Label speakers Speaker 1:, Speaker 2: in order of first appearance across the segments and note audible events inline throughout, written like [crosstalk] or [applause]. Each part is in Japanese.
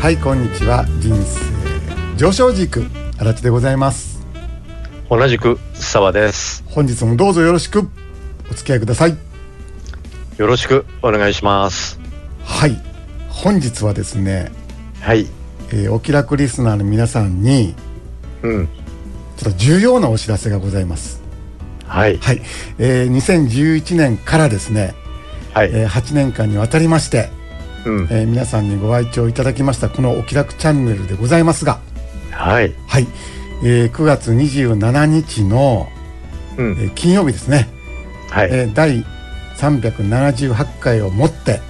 Speaker 1: はいこんにちは人生上昇軸足立でございます
Speaker 2: 同じく澤です
Speaker 1: 本日もどうぞよろしくお付き合いください
Speaker 2: よろしくお願いします
Speaker 1: はい本日はですね、
Speaker 2: はい
Speaker 1: えーお気楽リスナーの皆さんに
Speaker 2: うん
Speaker 1: ちょっと重要なお知らせがございます
Speaker 2: はい
Speaker 1: はい、えー2011年からですね、
Speaker 2: はい、
Speaker 1: えー8年間にわたりまして、
Speaker 2: うん
Speaker 1: えー皆さんにご愛聴いただきましたこのお気楽チャンネルでございますが
Speaker 2: はい
Speaker 1: はい、えー9月27日の、
Speaker 2: う
Speaker 1: え
Speaker 2: ん
Speaker 1: ー金曜日ですね、
Speaker 2: はい、
Speaker 1: えー第378回をもって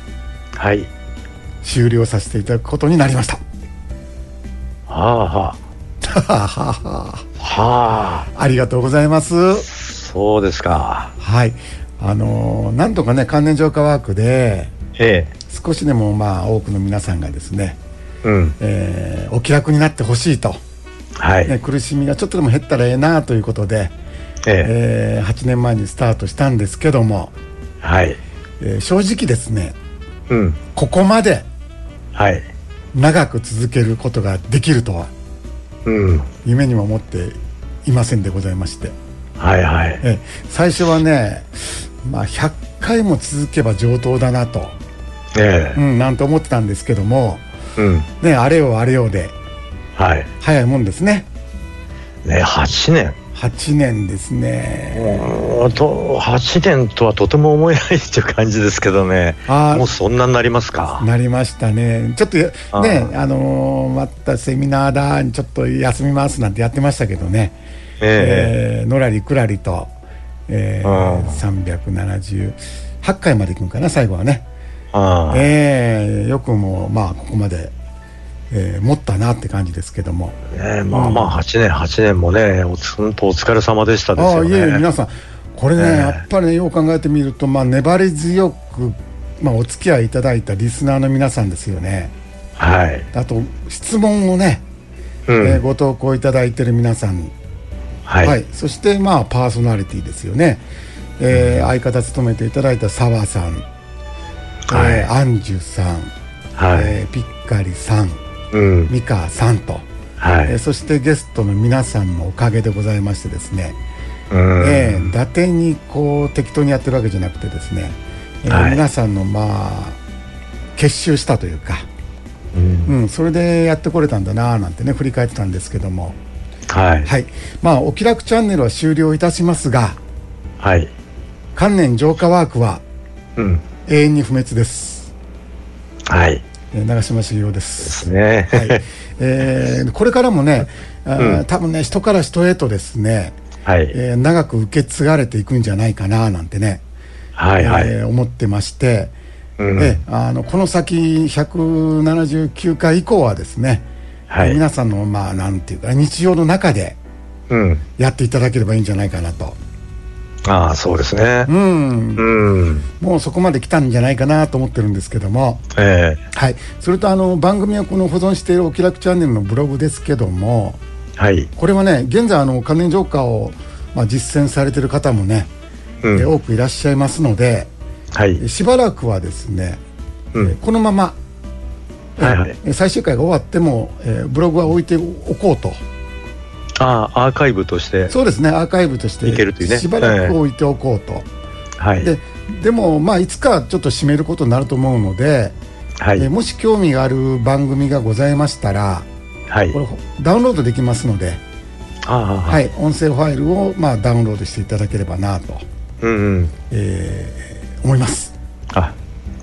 Speaker 2: はい
Speaker 1: 終了させていただくことになりました。 [laughs]
Speaker 2: はあはあはあ
Speaker 1: ありがとうございます。
Speaker 2: そうですか
Speaker 1: はい、あのーなんとかね関連浄化ワークで
Speaker 2: え
Speaker 1: 少しでもまあ多くの皆さんがですね、
Speaker 2: えうん
Speaker 1: えーお気楽になってほしいと、
Speaker 2: はい、
Speaker 1: ね、苦しみがちょっとでも減ったらええなということで、
Speaker 2: ええ
Speaker 1: え8年前にスタートしたんですけども、
Speaker 2: はい
Speaker 1: えー正直ですね
Speaker 2: うん
Speaker 1: ここまで
Speaker 2: はい
Speaker 1: 長く続けることができるとは
Speaker 2: うん
Speaker 1: 夢にも思っていませんでございまして、
Speaker 2: はいはい
Speaker 1: え最初はね、まあ、100回も続けば上等だなと、
Speaker 2: え
Speaker 1: う
Speaker 2: え
Speaker 1: ん、なんて思ってたんですけども、
Speaker 2: うん
Speaker 1: ね、あれよあれよで
Speaker 2: はい
Speaker 1: 早いもんですね
Speaker 2: ね8年
Speaker 1: 8年ですね
Speaker 2: うんと8年とはとても思えないっていう感じですけどね
Speaker 1: あー
Speaker 2: もうそんなになりますか
Speaker 1: なりましたねちょっとや
Speaker 2: あ
Speaker 1: ね
Speaker 2: ー
Speaker 1: あのーまたセミナーだちょっと休みますなんてやってましたけどね、
Speaker 2: え
Speaker 1: えーのらりくらりと、え
Speaker 2: あ
Speaker 1: ー、378回までいくんかな最後はね、
Speaker 2: えああ
Speaker 1: えーよくもまあここまで、えー持ったなって感じですけども、
Speaker 2: ねえまあまあ8年8年もねおつ本当お疲れ様でしたです
Speaker 1: あ
Speaker 2: よ
Speaker 1: あいえいえ
Speaker 2: ね
Speaker 1: 皆さんこれね、
Speaker 2: ええ
Speaker 1: やっぱりねよう考えてみると、まあ、粘り強く、まあ、お付き合いいただいたリスナーの皆さんですよね
Speaker 2: はい
Speaker 1: あと質問をね、
Speaker 2: うん、
Speaker 1: えーご投稿いただいてる皆さん
Speaker 2: は
Speaker 1: はいい、そしてまあパーソナリティですよね、えー相方務めていただいた澤さん、
Speaker 2: はい
Speaker 1: えーアンジュさん、
Speaker 2: はい、
Speaker 1: えーピッカリさん
Speaker 2: うん
Speaker 1: ミカさんと、
Speaker 2: は
Speaker 1: えー
Speaker 2: い
Speaker 1: そしてゲストの皆さんのおかげでございましてですね、
Speaker 2: うん、
Speaker 1: えー伊達にこう適当にやってるわけじゃなくてですね、えー
Speaker 2: はい
Speaker 1: 皆さんのまあ結集したというか、
Speaker 2: うん
Speaker 1: うん、それでやってこれたんだなぁなんてね振り返ってたんですけども
Speaker 2: はい
Speaker 1: はいまあ「お気楽チャンネル」は終了いたしますが
Speaker 2: はい
Speaker 1: 観念浄化ワークは
Speaker 2: うん
Speaker 1: 永遠に不滅です、
Speaker 2: はいで
Speaker 1: えー長嶋茂雄です、
Speaker 2: すね、
Speaker 1: はいえーこれからもね、あー多分ね人から人へとですね、
Speaker 2: [laughs] はい
Speaker 1: えー長く受け継がれていくんじゃないかなぁなんてね、
Speaker 2: はいはい、
Speaker 1: えー思ってまして、
Speaker 2: うん
Speaker 1: えーあのこの先179回以降はですね、
Speaker 2: はい
Speaker 1: 皆さんのまあなんていうか日常の中で
Speaker 2: うん
Speaker 1: やっていただければいいんじゃないかなと、
Speaker 2: ああそうですね
Speaker 1: うん、
Speaker 2: うん
Speaker 1: もうそこまで来たんじゃないかなと思ってるんですけども、
Speaker 2: ええ
Speaker 1: はい、それとあの番組はこの保存しているお気楽チャンネルのブログですけども
Speaker 2: はい
Speaker 1: これはね現在あの関連浄化を、まあ、実践されている方もね、
Speaker 2: うん
Speaker 1: え多くいらっしゃいますので
Speaker 2: はい
Speaker 1: しばらくはですね、
Speaker 2: うん
Speaker 1: えこのまま、
Speaker 2: はいはい
Speaker 1: え最終回が終わっても、えブログは置いておこうと
Speaker 2: ああアーカイブとして
Speaker 1: そうですねアーカイブとして
Speaker 2: いけるというね
Speaker 1: しばらく置いておこうと。
Speaker 2: はい
Speaker 1: ででも、まあ、いつかちょっと締めることになると思うので、
Speaker 2: は
Speaker 1: えー
Speaker 2: い
Speaker 1: もし興味がある番組がございましたら
Speaker 2: はい
Speaker 1: これダウンロードできますので、
Speaker 2: ああは
Speaker 1: はいい、音声ファイルを、まあ、ダウンロードしていただければなと、
Speaker 2: うんうん
Speaker 1: えー思います。
Speaker 2: あ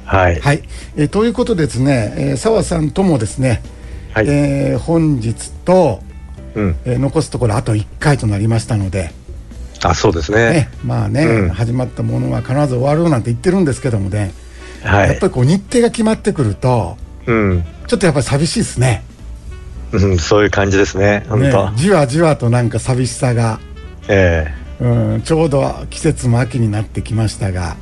Speaker 2: はい
Speaker 1: はいえーということでですね、えー澤さんともですね、
Speaker 2: はい、
Speaker 1: えー本日と、
Speaker 2: うん
Speaker 1: えー残すところあと1回となりましたので、
Speaker 2: あそうです
Speaker 1: ね
Speaker 2: ね
Speaker 1: まあね、
Speaker 2: うん
Speaker 1: 始まったものは必ず終わるなんて言ってるんですけどもね、
Speaker 2: は
Speaker 1: やっ
Speaker 2: い
Speaker 1: ぱりこう日程が決まってくると
Speaker 2: うん
Speaker 1: ちょっとやっぱり寂しいですね。
Speaker 2: うん、そういう感じですね、本
Speaker 1: ね
Speaker 2: 当。
Speaker 1: じわじわとなんか寂しさが、
Speaker 2: え
Speaker 1: うん、ちょうど季節も秋になってきましたが、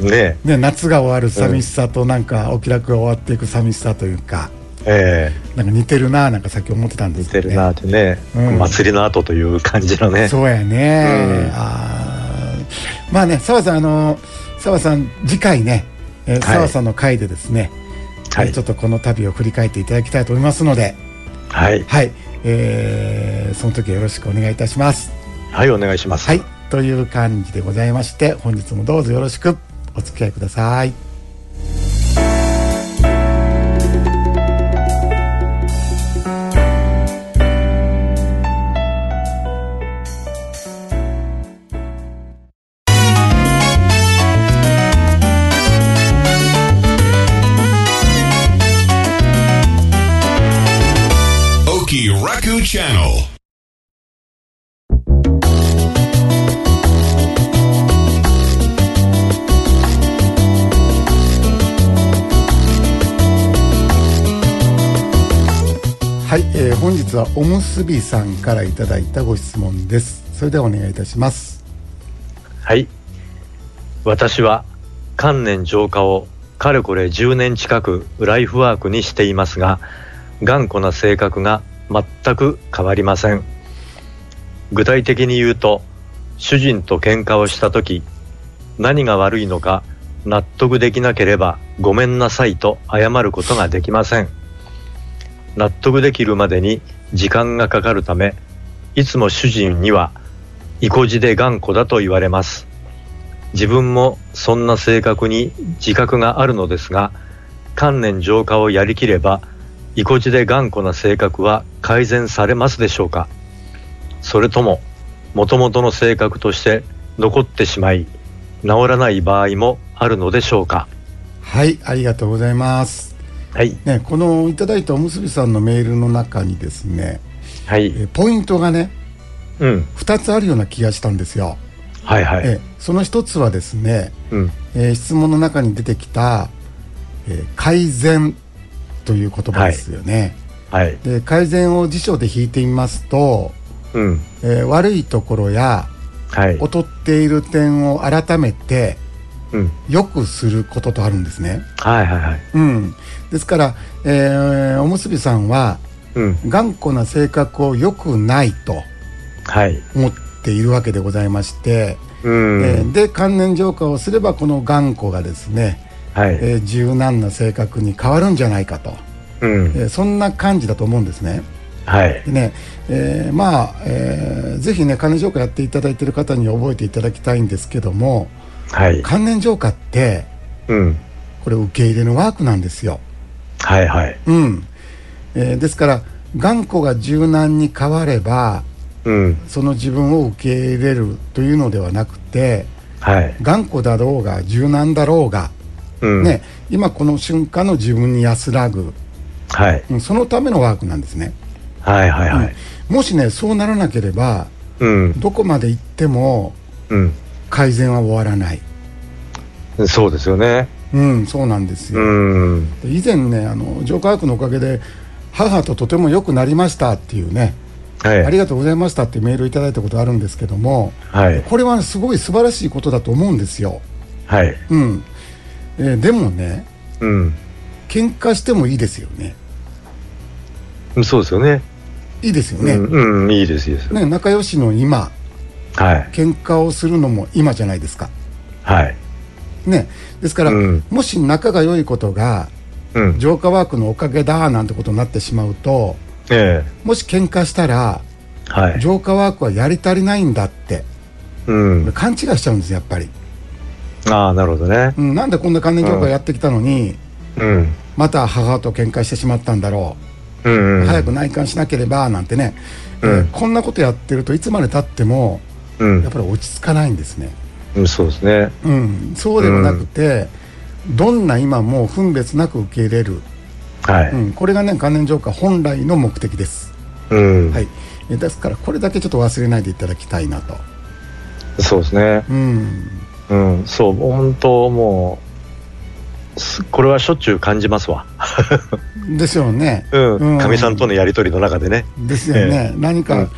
Speaker 2: え
Speaker 1: ね、
Speaker 2: ね
Speaker 1: 夏が終わる寂しさとなんかお気楽が終わっていく寂しさというか
Speaker 2: ええ
Speaker 1: なんか似てるなあなんかさっき思ってたんで
Speaker 2: 似
Speaker 1: すけど、
Speaker 2: てる
Speaker 1: ね、
Speaker 2: なってね、
Speaker 1: うん
Speaker 2: 祭りの後という感じのね。
Speaker 1: そうやね、
Speaker 2: うん
Speaker 1: あーまあね澤さんあの澤さん次回ね澤、えー
Speaker 2: はい
Speaker 1: 澤さんの回でですね、
Speaker 2: はい
Speaker 1: ちょっとこの旅を振り返っていただきたいと思いますので、
Speaker 2: はい。
Speaker 1: はい、えーその時はよろしくお願いいたします。
Speaker 2: はい、お願いします。
Speaker 1: はい、という感じでございまして、本日もどうぞよろしくお付き合いください。
Speaker 3: Oki Raku Channel.
Speaker 1: はい、えー本日はおむすびさんからいただいたご質問です。それではお願いいたします。
Speaker 2: はい。私は、観念浄化を、かれこれ10年近く、ライフワークにしていますが、頑固な性格が全く変わりません。具体的に言うと、主人と喧嘩をしたとき、何が悪いのか納得できなければごめんなさいと謝ることができません。納得できるまでに時間がかかるため、いつも主人には、意固地で頑固だと言われます。自分もそんな性格に自覚があるのですが、観念浄化をやりきれば、意固地で頑固な性格は改善されますでしょうかそれとも、元々の性格として残ってしまい、治らない場合もあるのでしょうか
Speaker 1: はい、ありがとうございます。
Speaker 2: はい、
Speaker 1: ね、このいただいたおむすびさんのメールの中にですね、
Speaker 2: はい、
Speaker 1: えーポイントがね、
Speaker 2: うん、
Speaker 1: 2つあるような気がしたんですよ。
Speaker 2: はいはい、
Speaker 1: えーその1つはですね、
Speaker 2: うん、
Speaker 1: えー質問の中に出てきた、えー改善という言葉ですよね、
Speaker 2: はい、
Speaker 1: で改善を辞書で引いてみますと、
Speaker 2: うん、
Speaker 1: えー悪いところや
Speaker 2: はい、
Speaker 1: 劣っている点を改めて
Speaker 2: うん、
Speaker 1: 良くすることとあるんですね、
Speaker 2: はいはいはい、
Speaker 1: うん、ですから、えーおむすびさんは
Speaker 2: うん、
Speaker 1: 頑固な性格を良くないと
Speaker 2: はい、
Speaker 1: 思っているわけでございまして、
Speaker 2: うん、
Speaker 1: えーで観念浄化をすればこの頑固がですね
Speaker 2: はい、
Speaker 1: えー柔軟な性格に変わるんじゃないかと、
Speaker 2: うん、
Speaker 1: えーそんな感じだと思うんですね。
Speaker 2: はい、
Speaker 1: でね、えーまあ、えーぜひね関連浄化やっていただいている方に覚えていただきたいんですけども
Speaker 2: はい、
Speaker 1: 関連浄化って
Speaker 2: うん、
Speaker 1: これ受け入れのワークなんですよ。
Speaker 2: はいはい、
Speaker 1: うんえーですから頑固が柔軟に変われば
Speaker 2: うん、
Speaker 1: その自分を受け入れるというのではなくて
Speaker 2: はい、
Speaker 1: 頑固だろうが柔軟だろうが、
Speaker 2: うん、
Speaker 1: ね、今この瞬間の自分に安らぐ、
Speaker 2: はい、
Speaker 1: うんそのためのワークなんですね。
Speaker 2: はいはいはい、
Speaker 1: もしねそうならなければ
Speaker 2: うん、
Speaker 1: どこまで行っても
Speaker 2: う
Speaker 1: 改善は終わらない
Speaker 2: ん、そうですよね。
Speaker 1: うんそうなんです
Speaker 2: う
Speaker 1: よ、
Speaker 2: ん、
Speaker 1: で以前ねあのジョーカークのおかげで母ととても良くなりましたっていうね、
Speaker 2: はい、
Speaker 1: ありがとうございましたってメールいただいたことあるんですけども
Speaker 2: はい、
Speaker 1: これはすごい素晴らしいことだと思うんですよ
Speaker 2: はい、
Speaker 1: うん、えーでもね
Speaker 2: うん、
Speaker 1: 喧嘩してもいいですよね
Speaker 2: そうですよね。
Speaker 1: いいですよ
Speaker 2: う
Speaker 1: ね,、
Speaker 2: ん、うんいいです、いいです。
Speaker 1: ね仲良しの今
Speaker 2: はい、
Speaker 1: 喧嘩をするのも今じゃないですか
Speaker 2: はい、
Speaker 1: ねですから、
Speaker 2: うん
Speaker 1: もし仲が良いことが
Speaker 2: うん、
Speaker 1: 浄化ワークのおかげだなんてことになってしまうと
Speaker 2: え
Speaker 1: もし喧嘩したら
Speaker 2: え、はい、
Speaker 1: 浄化ワークはやり足りないんだって
Speaker 2: うん、
Speaker 1: 勘違いしちゃうんですやっぱり、
Speaker 2: ああ、なるほどね。
Speaker 1: うん、なんでこんな関連浄化やってきたのに、
Speaker 2: うん、
Speaker 1: また母と喧嘩してしまったんだろ
Speaker 2: うん、
Speaker 1: う、
Speaker 2: うん、
Speaker 1: 早く内観しなければなんてね、
Speaker 2: うん
Speaker 1: えーこんなことやってるといつまでたっても
Speaker 2: うん
Speaker 1: やっぱり落ち着かないんですね、
Speaker 2: うん、そうですね。
Speaker 1: うん、そうではなくて、どんな今も分別なく受け入れる、
Speaker 2: は
Speaker 1: う
Speaker 2: い、
Speaker 1: ん、これがね関連浄化本来の目的です
Speaker 2: うん
Speaker 1: は、い、えですからこれだけちょっと忘れないでいただきたいなと。
Speaker 2: そうですね。
Speaker 1: うん、
Speaker 2: うん、そう、本当もう、すこれはしょっちゅう感じますわ。
Speaker 1: ですよね。
Speaker 2: うん、かみさんとのやりとりの中でね。
Speaker 1: ですよね。何か、
Speaker 2: うん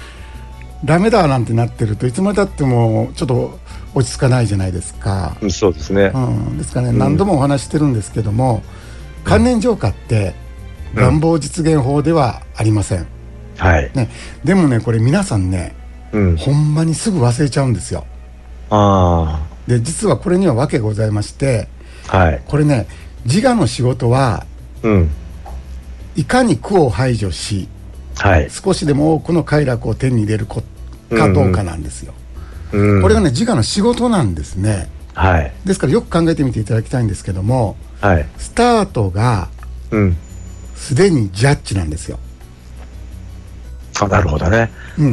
Speaker 1: ダメだなんてなってるといつまでたってもちょっと落ち着かないじゃないですか。
Speaker 2: うんそうですね
Speaker 1: う。ん、ですからね、
Speaker 2: うん
Speaker 1: 何度もお話ししてるんですけども関連浄化って
Speaker 2: うん
Speaker 1: 願望実現法ではありません。
Speaker 2: はい。
Speaker 1: ね、でもねこれ皆さんね
Speaker 2: うん。
Speaker 1: ほんまにすぐ忘れちゃうんですよ。
Speaker 2: あ
Speaker 1: で実はこれには訳ございまして
Speaker 2: あ。はい。
Speaker 1: これね自我の仕事は
Speaker 2: うん。
Speaker 1: いかに苦を排除し
Speaker 2: はい。
Speaker 1: 少しでも多くの快楽を手に入れるこかどうかなんですよ、
Speaker 2: うん。
Speaker 1: これがね自我の仕事なんですね
Speaker 2: はい。
Speaker 1: ですからよく考えてみていただきたいんですけども
Speaker 2: はい。
Speaker 1: スタートが
Speaker 2: うん。
Speaker 1: すでにジャッジなんですよ、
Speaker 2: あなるほどね。
Speaker 1: うん、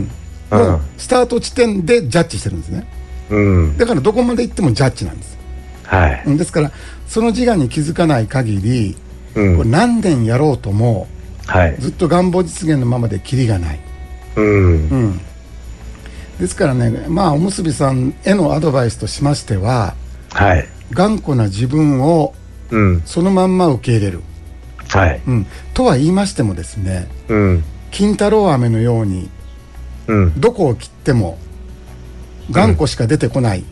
Speaker 2: う
Speaker 1: も
Speaker 2: ん
Speaker 1: うスタート地点でジャッジしてるんですね
Speaker 2: うん。
Speaker 1: だからどこまで行ってもジャッジなんです
Speaker 2: はい。
Speaker 1: うんですからその自我に気づかない限り
Speaker 2: う
Speaker 1: これ
Speaker 2: ん。
Speaker 1: 何年やろうとも
Speaker 2: はい。
Speaker 1: ずっと願望実現のままでキリがない、
Speaker 2: うん
Speaker 1: う。ん、ですからねまあおむすびさんへのアドバイスとしましては
Speaker 2: はい。
Speaker 1: 頑固な自分を
Speaker 2: うん。
Speaker 1: そのまんま受け入れる、
Speaker 2: はい。
Speaker 1: うん、とは言いましてもですね
Speaker 2: うん。
Speaker 1: 金太郎飴のように
Speaker 2: うん。
Speaker 1: どこを切っても頑固しか出てこない、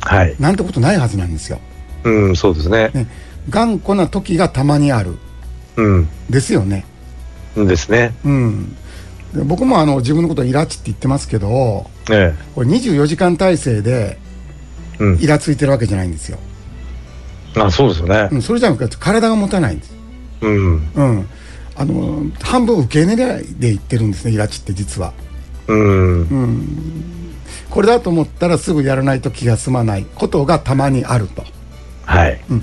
Speaker 2: はい。
Speaker 1: なんてことないはずなんですよ、
Speaker 2: うん。そうですね。
Speaker 1: ね、頑固な時がたまにある
Speaker 2: うん。
Speaker 1: ですよね
Speaker 2: ですね。
Speaker 1: うん、で僕もあの自分のことをイラチって言ってますけどこ
Speaker 2: え
Speaker 1: れ24時間体制で
Speaker 2: え。うん
Speaker 1: イ。ラついてるわけじゃないんですよ、
Speaker 2: あ、そうですよね
Speaker 1: う。ん、それじゃなくて体が持たないんです、
Speaker 2: うん。
Speaker 1: うん、あの半分受け狙いで言ってるんですねイラチって実は
Speaker 2: うん。
Speaker 1: これだと思ったらすぐやらないと気が済まないことがたまにあると、
Speaker 2: はい。
Speaker 1: うん、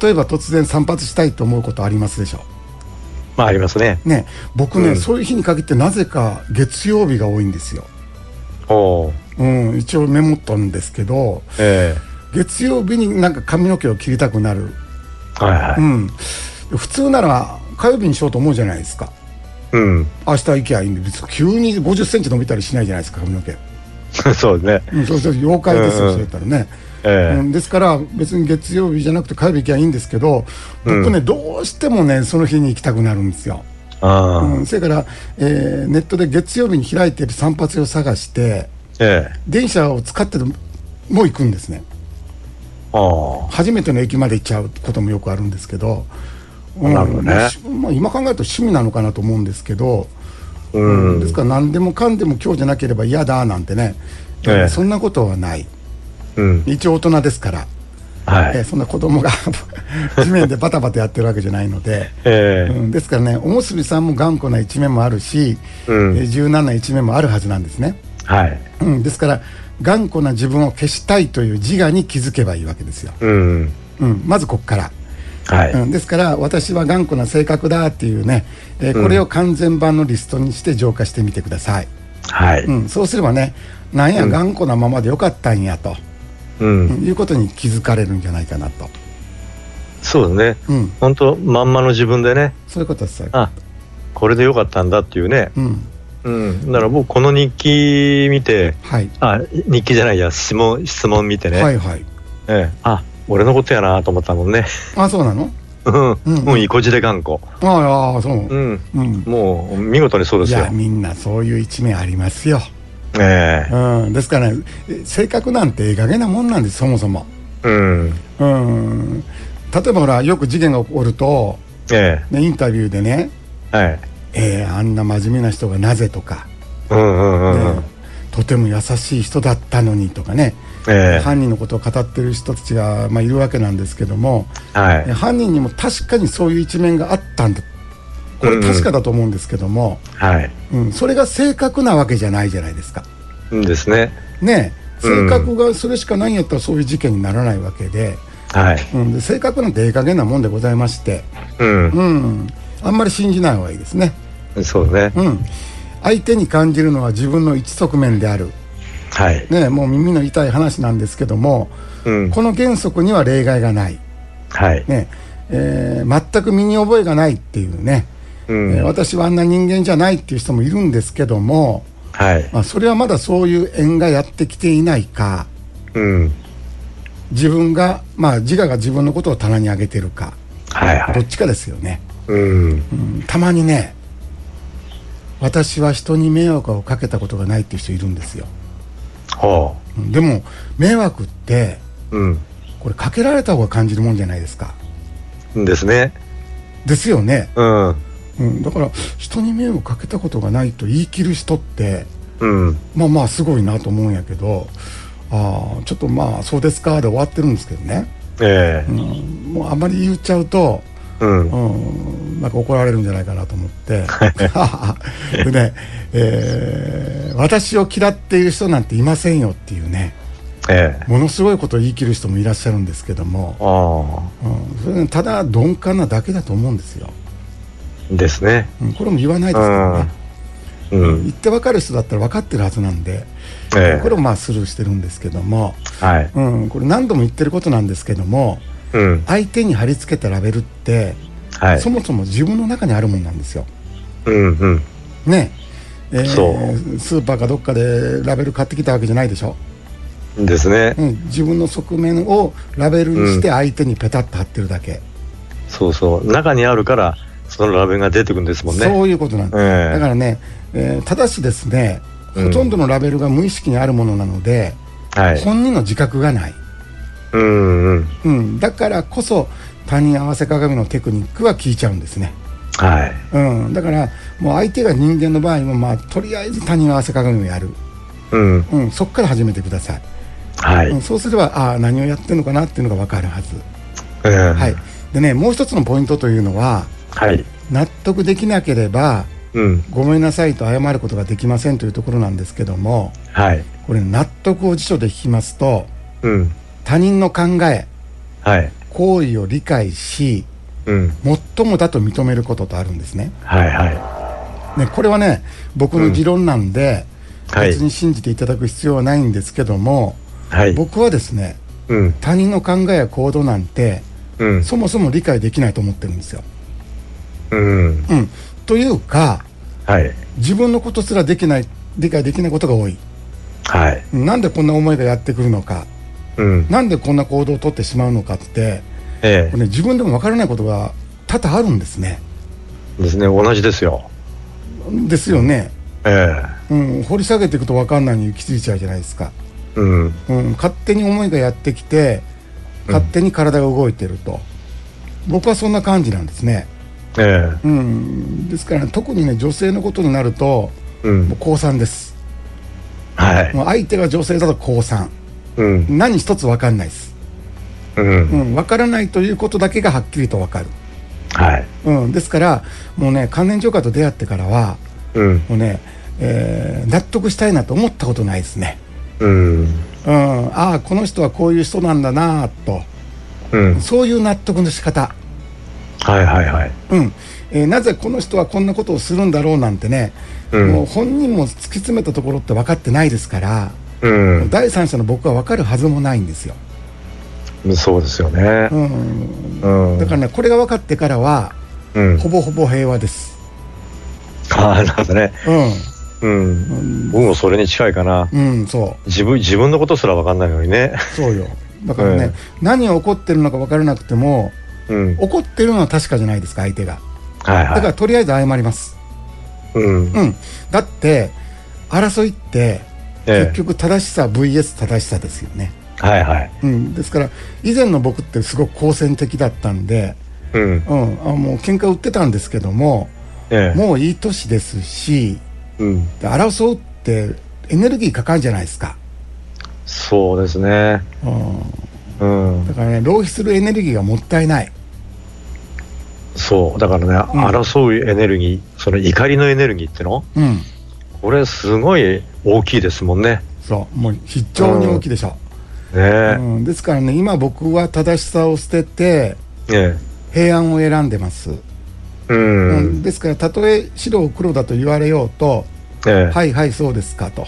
Speaker 1: 例えば突然散髪したいと思うことありますでしょ
Speaker 2: まあ、ありますね。
Speaker 1: ね僕ね、
Speaker 2: うん
Speaker 1: そういう日に限ってなぜか月曜日が多いんですよ、
Speaker 2: おお。
Speaker 1: うん、一応メモったんですけど
Speaker 2: え
Speaker 1: 月曜日になんか髪の毛を切りたくなる、
Speaker 2: え。はいうはい。
Speaker 1: ん、普通なら火曜日にしようと思うじゃないですか
Speaker 2: うん。
Speaker 1: 明日行きゃいいんで別に急に5 0センチ伸びたりしないじゃないですか髪の毛、
Speaker 2: [laughs] そうです
Speaker 1: う
Speaker 2: ね。
Speaker 1: ん、そうそう妖怪です
Speaker 2: う
Speaker 1: よ
Speaker 2: んうん
Speaker 1: それだったらね、
Speaker 2: え
Speaker 1: う
Speaker 2: え。
Speaker 1: ん、ですから別に月曜日じゃなくて火曜日行きゃいいんですけど僕ね、どうしてもねその日に行きたくなるんですよ、
Speaker 2: あ
Speaker 1: う
Speaker 2: あ。
Speaker 1: ん、それから、えーネットで月曜日に開いてる散髪を探して
Speaker 2: ええ。
Speaker 1: 電車を使っても行くんですね
Speaker 2: ああ。
Speaker 1: 初めての駅まで行っちゃうこともよくあるんですけど、うん
Speaker 2: なるほどね
Speaker 1: まあしまあ、今考えると趣味なのかなと思うんですけど、
Speaker 2: うん
Speaker 1: です。から何でもかんでも今日じゃなければ嫌だなんてね、
Speaker 2: ええ
Speaker 1: そんなことはない
Speaker 2: うん。
Speaker 1: 一応大人ですから、
Speaker 2: は
Speaker 1: えー
Speaker 2: い。
Speaker 1: そんな子
Speaker 2: [laughs]
Speaker 1: 供が地面でバタバタやってるわけじゃないので、
Speaker 2: ええ。
Speaker 1: うん、ですからねおむすびさんも頑固な一面もあるし、
Speaker 2: うん
Speaker 1: えー柔軟な一面もあるはずなんですね、
Speaker 2: はい。
Speaker 1: うん、ですから頑固な自分を消したいという自我に気づけばいいわけですよ、
Speaker 2: うん。
Speaker 1: うん、まずここから。
Speaker 2: はい。
Speaker 1: うん、ですから私は頑固な性格だっていうね、えーこれを完全版のリストにして浄化してみてください、。
Speaker 2: はいう
Speaker 1: ん、そうすればねなんや
Speaker 2: うん
Speaker 1: 頑固なままでよかったんやと、
Speaker 2: うん。
Speaker 1: いうことに気づかれるんじゃないかなと、
Speaker 2: そうですね。
Speaker 1: うん、
Speaker 2: 本当まんまの自分でね、
Speaker 1: そういうことです、
Speaker 2: あ、これでよかったんだっていうね。
Speaker 1: うん、
Speaker 2: うん。だから僕この日記見て、
Speaker 1: はい、
Speaker 2: あ、日記じゃないや、質問、質問見てね。
Speaker 1: はいはい
Speaker 2: ええ。あ、俺のことやなと思ったもんね。 [laughs]
Speaker 1: あそうなの
Speaker 2: うん。
Speaker 1: うん
Speaker 2: うん、いこじで頑固。
Speaker 1: ああそう、うん
Speaker 2: うん。もう、見事にそうで
Speaker 1: い
Speaker 2: すよ
Speaker 1: や。みんなそういう一面ありますよ、
Speaker 2: ええ。
Speaker 1: うん、ですから、ね、え性格なんてええ加減なもんなんですそもそも、
Speaker 2: うん。
Speaker 1: うん、例えばほらよく事件が起こると、
Speaker 2: え
Speaker 1: ね、インタビューでね
Speaker 2: え。はい。
Speaker 1: えーあんな真面目な人がなぜとか、
Speaker 2: うんうんう
Speaker 1: ね
Speaker 2: んうん。
Speaker 1: とても優しい人だったのにとかね、
Speaker 2: え
Speaker 1: 犯人のことを語ってる人たちが、まあ、いるわけなんですけども、
Speaker 2: え。は
Speaker 1: え
Speaker 2: い。
Speaker 1: 犯人にも確かにそういう一面があったんだこ
Speaker 2: う
Speaker 1: れ
Speaker 2: んうん
Speaker 1: 確かだと思うんですけども、
Speaker 2: はい。
Speaker 1: うんそれが正確なわけじゃないじゃないですか。
Speaker 2: うんですね。
Speaker 1: ねえ
Speaker 2: うん
Speaker 1: 性格がそれしかないんやったらそういう事件にならないわけで,、
Speaker 2: はい。
Speaker 1: うん、で性格なんてええ加減なもんでございまして、
Speaker 2: うん。
Speaker 1: うん、あんまり信じない方がいいですね。
Speaker 2: そうね。
Speaker 1: うん、相手に感じるのは自分の一側面である、
Speaker 2: はい。
Speaker 1: ね、もう耳の痛い話なんですけども、
Speaker 2: うん。
Speaker 1: この原則には例外がない、
Speaker 2: はい。
Speaker 1: ねえー全く身に覚えがないっていうね、
Speaker 2: う
Speaker 1: えー
Speaker 2: ん。
Speaker 1: 私はあんな人間じゃないっていう人もいるんですけども、
Speaker 2: はい。
Speaker 1: まあ、それはまだそういう縁がやってきていないか
Speaker 2: うん。
Speaker 1: 自分が、まあ、自我が自分のことを棚に上げてるか、
Speaker 2: はいは
Speaker 1: どっ
Speaker 2: い。
Speaker 1: ちかですよね、
Speaker 2: うん。
Speaker 1: うんたまにね私は人に迷惑をかけたことがないっていう人いるんですよ
Speaker 2: ほ
Speaker 1: うんでも迷惑って
Speaker 2: う。うん。
Speaker 1: これかけられた方が感じるもんじゃないですか
Speaker 2: ですね。
Speaker 1: ですよね、
Speaker 2: うん。
Speaker 1: うん、だから人に迷惑かけたことがないと言い切る人って
Speaker 2: うん。
Speaker 1: まあまあすごいなと思うんやけどああちょっとまあそうですかで終わってるんですけどね、
Speaker 2: え
Speaker 1: う
Speaker 2: え
Speaker 1: ん、もうあまり言っちゃうと
Speaker 2: うん。
Speaker 1: うん、なんか怒られるんじゃないかなと思って、でね、えー私を嫌っている人なんていませんよっていうね、
Speaker 2: ええ。
Speaker 1: ものすごいことを言い切る人もいらっしゃるんですけども、
Speaker 2: あ
Speaker 1: うん、それねただ鈍感なだけだと思うんですよ、
Speaker 2: あ。ですね。
Speaker 1: うん、これも言わないですけどね、
Speaker 2: うん。うん。
Speaker 1: 言って分かる人だったら分かってるはずなんで、
Speaker 2: え
Speaker 1: これもまあスルーしてるんですけども、
Speaker 2: え。はい。
Speaker 1: うん、これ、何度も言ってることなんですけども、
Speaker 2: うん。
Speaker 1: 相手に貼り付けたラベルって、
Speaker 2: はい
Speaker 1: そ。もそも自分の中にあるもんなんですよ。
Speaker 2: うん。うん。
Speaker 1: ねえー
Speaker 2: そ
Speaker 1: スーパーかどっかでラベル買ってきたわけじゃないでしょ、
Speaker 2: ですね
Speaker 1: う。ん、自分の側面をラベルにして相手にペタッと貼ってるだけ、
Speaker 2: そうそう。中にあるから、そのラベルが出てくるんですもんね。
Speaker 1: そういうことなんです、
Speaker 2: ええ
Speaker 1: だからね、えーただしですね
Speaker 2: うん
Speaker 1: ほとんどのラベルが無意識にあるものなので、
Speaker 2: はい。
Speaker 1: 本人の自覚がない、
Speaker 2: うんうん。
Speaker 1: うん、だからこそ他人合わせ鏡のテクニックは効いちゃうんですね、
Speaker 2: はい。
Speaker 1: うん、だからもう相手が人間の場合は、まあ、とりあえず他人合わせ鏡をやる、
Speaker 2: うん。
Speaker 1: うん、そこから始めてください
Speaker 2: はい。
Speaker 1: うんそうすればああ何をやってるのかなっていうのが分かるはず、
Speaker 2: うん
Speaker 1: はい。、でねもう一つのポイントというのは
Speaker 2: はい。
Speaker 1: 納得できなければ
Speaker 2: うん。
Speaker 1: ごめんなさいと謝ることができませんというところなんですけども
Speaker 2: はい。
Speaker 1: これ納得を辞書で聞きますと
Speaker 2: うん。
Speaker 1: 他人の考え
Speaker 2: はい。
Speaker 1: 行為を理解し
Speaker 2: うん。
Speaker 1: 最もだと認めることとあるんですね
Speaker 2: はいは
Speaker 1: ねこれはね僕の持論なんで、
Speaker 2: うんはい
Speaker 1: 別に信じていただく必要はないんですけども、
Speaker 2: い。はい。
Speaker 1: 僕はですね
Speaker 2: うん。
Speaker 1: 他人の考えや行動なんて
Speaker 2: うん。
Speaker 1: そもそも理解できないと思ってるんですよ。
Speaker 2: うん。
Speaker 1: うん、というか
Speaker 2: はい。
Speaker 1: 自分のことすらできない理解できないことが多い
Speaker 2: はい。
Speaker 1: なんでこんな思いがやってくるのか
Speaker 2: うん。
Speaker 1: なんでこんな行動をとってしまうのかって
Speaker 2: え
Speaker 1: これ、ね、自分でも分からないことが多々あるんですね
Speaker 2: え。ですね。同じですよ。
Speaker 1: ですよね、
Speaker 2: ええ。
Speaker 1: うん、掘り下げていくと分かんないに行き着いちゃうじゃないですか、
Speaker 2: うん。
Speaker 1: うん、勝手に思いがやってきて勝手に体が動いてると、僕はそんな感じなんですね、
Speaker 2: ええ。
Speaker 1: うん、ですから、特にね女性のことになると
Speaker 2: う。
Speaker 1: もうん降参です
Speaker 2: はい。
Speaker 1: もう相手が女性だと降参
Speaker 2: うん。
Speaker 1: 何一つ分かんないです、
Speaker 2: うん
Speaker 1: う。ん、分からないということだけがはっきりと分かる、
Speaker 2: はい。
Speaker 1: うん、ですからもうね関連浄化と出会ってからは
Speaker 2: うん。
Speaker 1: もうね、えー納得したいなと思ったことないですね、
Speaker 2: うん。
Speaker 1: うん、ああこの人はこういう人なんだなと
Speaker 2: うん。
Speaker 1: そういう納得の仕方
Speaker 2: はいはいはい。
Speaker 1: うんえーなぜこの人はこんなことをするんだろうなんてね、
Speaker 2: うん
Speaker 1: もう本人も突き詰めたところって分かってないですから、
Speaker 2: う
Speaker 1: 第三者の僕は分かるはずもないんですよ、
Speaker 2: ん。そうですよね。
Speaker 1: うん、
Speaker 2: うん。
Speaker 1: だからねこれが分かってからは
Speaker 2: うん。
Speaker 1: ほぼほぼ平和です。
Speaker 2: ああ、なんだね。
Speaker 1: う
Speaker 2: うん。
Speaker 1: ん。
Speaker 2: 僕もそれに近いかな。
Speaker 1: うん、うん、そ
Speaker 2: 自分、自分のことすらわかんないのにね。
Speaker 1: う、そうよ。だからね、
Speaker 2: ええ
Speaker 1: 何が起こってるのか分からなくても、
Speaker 2: うん。
Speaker 1: 怒ってるのは確かじゃないですか、相手が。
Speaker 2: はい
Speaker 1: だか
Speaker 2: は
Speaker 1: ら、とりあえず謝ります。
Speaker 2: い。うん。
Speaker 1: うん。だって、争いって、
Speaker 2: え
Speaker 1: 結局、正しさ VS 正しさですよね。
Speaker 2: え。はいはい。
Speaker 1: うん。ですから、以前の僕ってすごく好戦的だったんで、
Speaker 2: うん。
Speaker 1: うん。あもう、喧嘩売ってたんですけども、
Speaker 2: ええ。
Speaker 1: もういい年ですし、
Speaker 2: うん。
Speaker 1: で争うってエネルギーかかるじゃないですか。
Speaker 2: そうですね。
Speaker 1: うん。
Speaker 2: うん
Speaker 1: だ。からね、浪費するエネルギーがもったいない。
Speaker 2: そう。だからね、争うエネルギー、その怒りのエネルギーっての
Speaker 1: うん。
Speaker 2: これすごい大きいですもんね。
Speaker 1: そう。もう非常に大きいでしょ。
Speaker 2: ね
Speaker 1: う
Speaker 2: え。
Speaker 1: ん。ですからね、今僕は正しさを捨てて、
Speaker 2: え
Speaker 1: 平安を選んでます。
Speaker 2: え。
Speaker 1: う
Speaker 2: う
Speaker 1: んん。。ですから、たとえ白を黒だと言われようと、
Speaker 2: ええ。
Speaker 1: はいはい、そうですかと。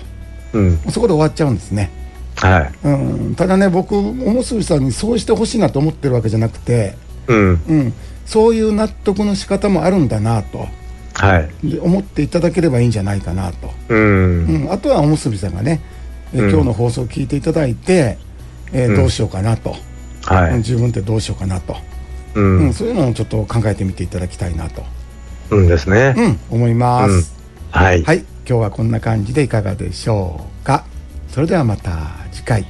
Speaker 2: うん。
Speaker 1: そこで終わっちゃうんですね。
Speaker 2: はい。
Speaker 1: うん。ただね、僕、面白いさんにそうしてほしいなと思ってるわけじゃなくて、
Speaker 2: うん。
Speaker 1: うん。そういう納得の仕方もあるんだなと。
Speaker 2: はい。
Speaker 1: で思っていただければいいんじゃないかなと。
Speaker 2: う。
Speaker 1: うんん、あとはおむすびさんがね、えー
Speaker 2: うん
Speaker 1: 今日の放送を聞いていただいて、えー
Speaker 2: うん
Speaker 1: どうしようかなと、
Speaker 2: は
Speaker 1: うん
Speaker 2: い。
Speaker 1: 自分ってどうしようかなと、
Speaker 2: う
Speaker 1: うん
Speaker 2: ん。
Speaker 1: そういうのをちょっと考えてみていただきたいなと、
Speaker 2: うんです
Speaker 1: う
Speaker 2: ね。
Speaker 1: ん、思います、
Speaker 2: はい。
Speaker 1: はい今日はこんな感じでいかがでしょうかそれではまた次回